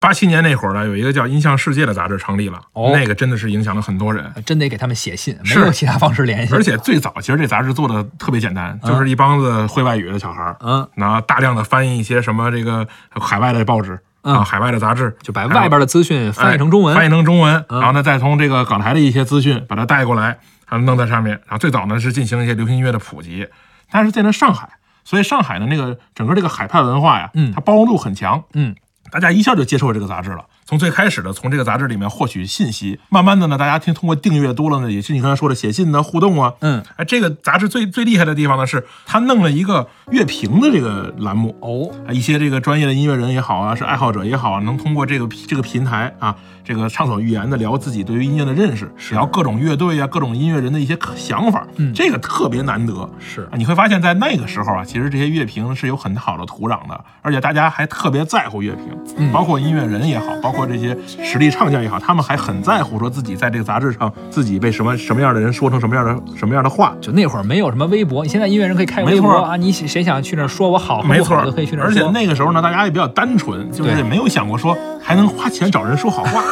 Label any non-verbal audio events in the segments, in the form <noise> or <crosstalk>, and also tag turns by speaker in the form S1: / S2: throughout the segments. S1: 八七年那会儿呢，有一个叫《音像世界》的杂志成立了，
S2: 哦
S1: 那个真的是影响了很多
S2: <laughs>
S1: 人。
S2: 真得给他们写信，没
S1: 是
S2: 有其他方式联系。
S1: 而且最早其实这杂志做的特别简单，就是一帮子会外语的小孩儿，
S2: 嗯，
S1: 然后大量的翻译一些什么这个海外的报纸
S2: 嗯
S1: 啊、海外的杂志，
S2: 就把外边的资讯翻译成中文，
S1: 哎
S2: 嗯
S1: 翻译成中文，然后呢再从这个港台的一些资讯把它带过来，还弄在上面。然后最早呢是进行一些流行音乐的普及，但是在那上海，所以上海的那个整个这个海派文化呀，
S2: 嗯
S1: 它包容度很强，
S2: 嗯，
S1: 大家一下就接受了这个杂志了。从最开始的从这个杂志里面获取信息，慢慢的呢，大家听通过订阅多了呢，也是你刚才说的写信呢、互动啊，
S2: 嗯，
S1: 哎，这个杂志最最厉害的地方呢，是它弄了一个乐评的这个栏目，
S2: 哦，
S1: 啊，一些这个专业的音乐人也好啊，是爱好者也好啊，能通过这个这个平台啊，这个畅所欲言的聊自己对于音乐的认识，聊各种乐队啊、各种音乐人的一些可想法，
S2: 嗯
S1: 这个特别难得。
S2: 是
S1: 啊你会发现在那个时候啊，其实这些乐评是有很好的土壤的，而且大家还特别在乎乐评，
S2: 嗯
S1: 包括音乐人也好，包括这些实力唱将也好，他们还很在乎说自己在这个杂志上自己被什么什么样的人说成什么样的什么样的话，
S2: 就那会儿没有什么微博，你现在音乐人可以开个微博
S1: 没错
S2: 啊，你谁谁想去那儿说我好，
S1: 没错
S2: 我就可以去那儿
S1: 而且
S2: 说。
S1: 那个时候呢，大家也比较单纯，就是
S2: 对
S1: 也没有想过说还能花钱找人说好
S2: <laughs>
S1: 话。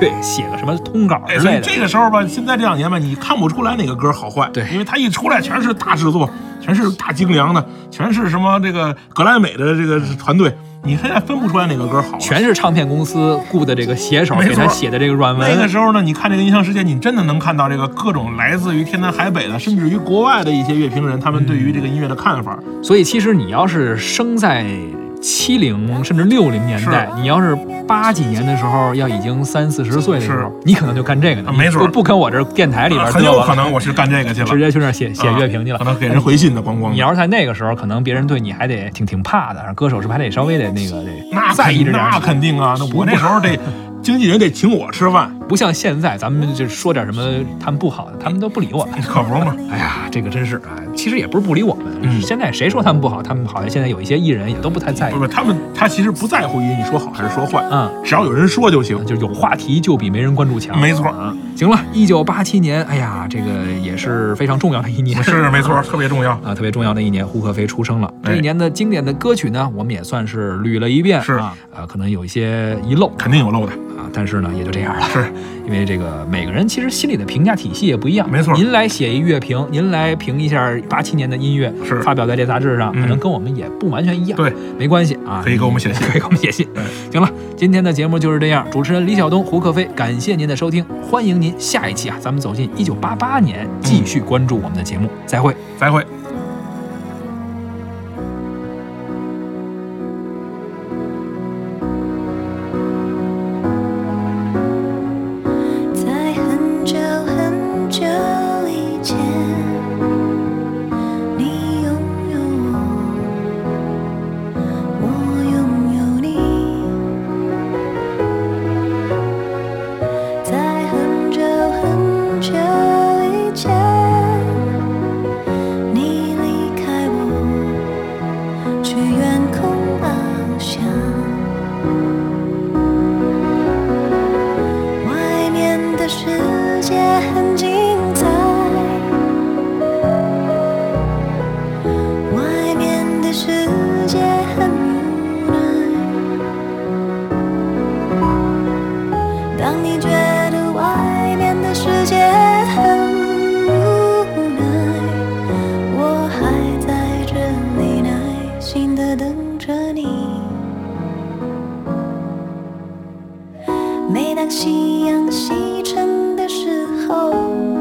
S2: 对，写个什么通稿
S1: 哎，
S2: 之
S1: 所以
S2: 类的，
S1: 这个时候吧，现在这两年吧，你看不出来哪个歌好坏，
S2: 对
S1: 因为它一出来全是大制作，全是大精良的，全是什么这个格莱美的这个团队，你现在分不出来哪个歌好了。
S2: 全是唱片公司雇的这个写手
S1: 没错
S2: 给他写的这个软文。
S1: 那个时候呢，你看这个音像世界，你真的能看到这个各种来自于天南海北的，甚至于国外的一些乐评人，他们对于这个音乐的看法。
S2: 所以其实你要是生在七零甚至六零年代，你要是八几年的时候，要已经三四十岁的时候
S1: 是，
S2: 你可能就干这个呢，
S1: 啊没准儿
S2: 你不不跟我这电台里边
S1: 啊很有
S2: 嘚吧
S1: 可能我是干这个去了，
S2: 直接去那儿写写
S1: 啊
S2: 乐评去了
S1: 可。能给人回信的，咣咣的。
S2: 你要是在那个时候，可能别人对你还得挺挺怕的，歌手是不是还得稍微得那个得
S1: <laughs> 那
S2: 在意着点儿？
S1: 那肯定啊，那我那时候得经纪人得请我吃饭，
S2: 不像现在，咱们就说点什么他们不好的，他们都不理我
S1: <laughs>
S2: 们。
S1: 可不嘛。
S2: 哎呀，这个真是啊，其实也不是不理我们，
S1: 嗯
S2: 现在谁说他们不好，他们好像现在有一些艺人也都不太在意
S1: 不。不，他们他其实不在乎于你说好还是说坏，
S2: 哎嗯，
S1: 只要有人说就行。
S2: 啊就有话题就比没人关注强。
S1: 没错
S2: 啊。行了，一九八七年，哎呀，这个也是非常重要的一年。
S1: 是没错，特别重要。
S2: 啊，特别重要的一年，胡可飞出生了。
S1: 哎
S2: 这一年的经典的歌曲呢，我们也算是捋了一遍，
S1: 是
S2: 啊，啊可能有一些遗漏
S1: 肯定有漏的，
S2: 啊，但是呢，也就这样了。
S1: 是
S2: 因为这个每个人其实心里的评价体系也不一样，
S1: 没错
S2: 您来写一乐评，您来评一下八七年的音乐，
S1: 是
S2: 发表在这杂志上，
S1: 嗯
S2: 可能跟我们也不完全一样。
S1: 对，
S2: 没关系啊，
S1: 可以给我们写信
S2: <laughs>
S1: 哎
S2: 可以给我们写信。行了，今天的节目就是这样。主持人李晓东、胡克飞，感谢您的收听，欢迎您下一期啊，咱们走进一九八八年，继续关注我们的节目，再会。
S1: 再会。
S3: 在很久很久以前，你拥有我，我拥有你。在很久很久以前，你离开我，去远空翱翔。外面的世界很精彩，外面的世界很无奈。当你觉得外面的世界很无奈，我还在这里耐心的等着你。每当夕阳西沉的时候。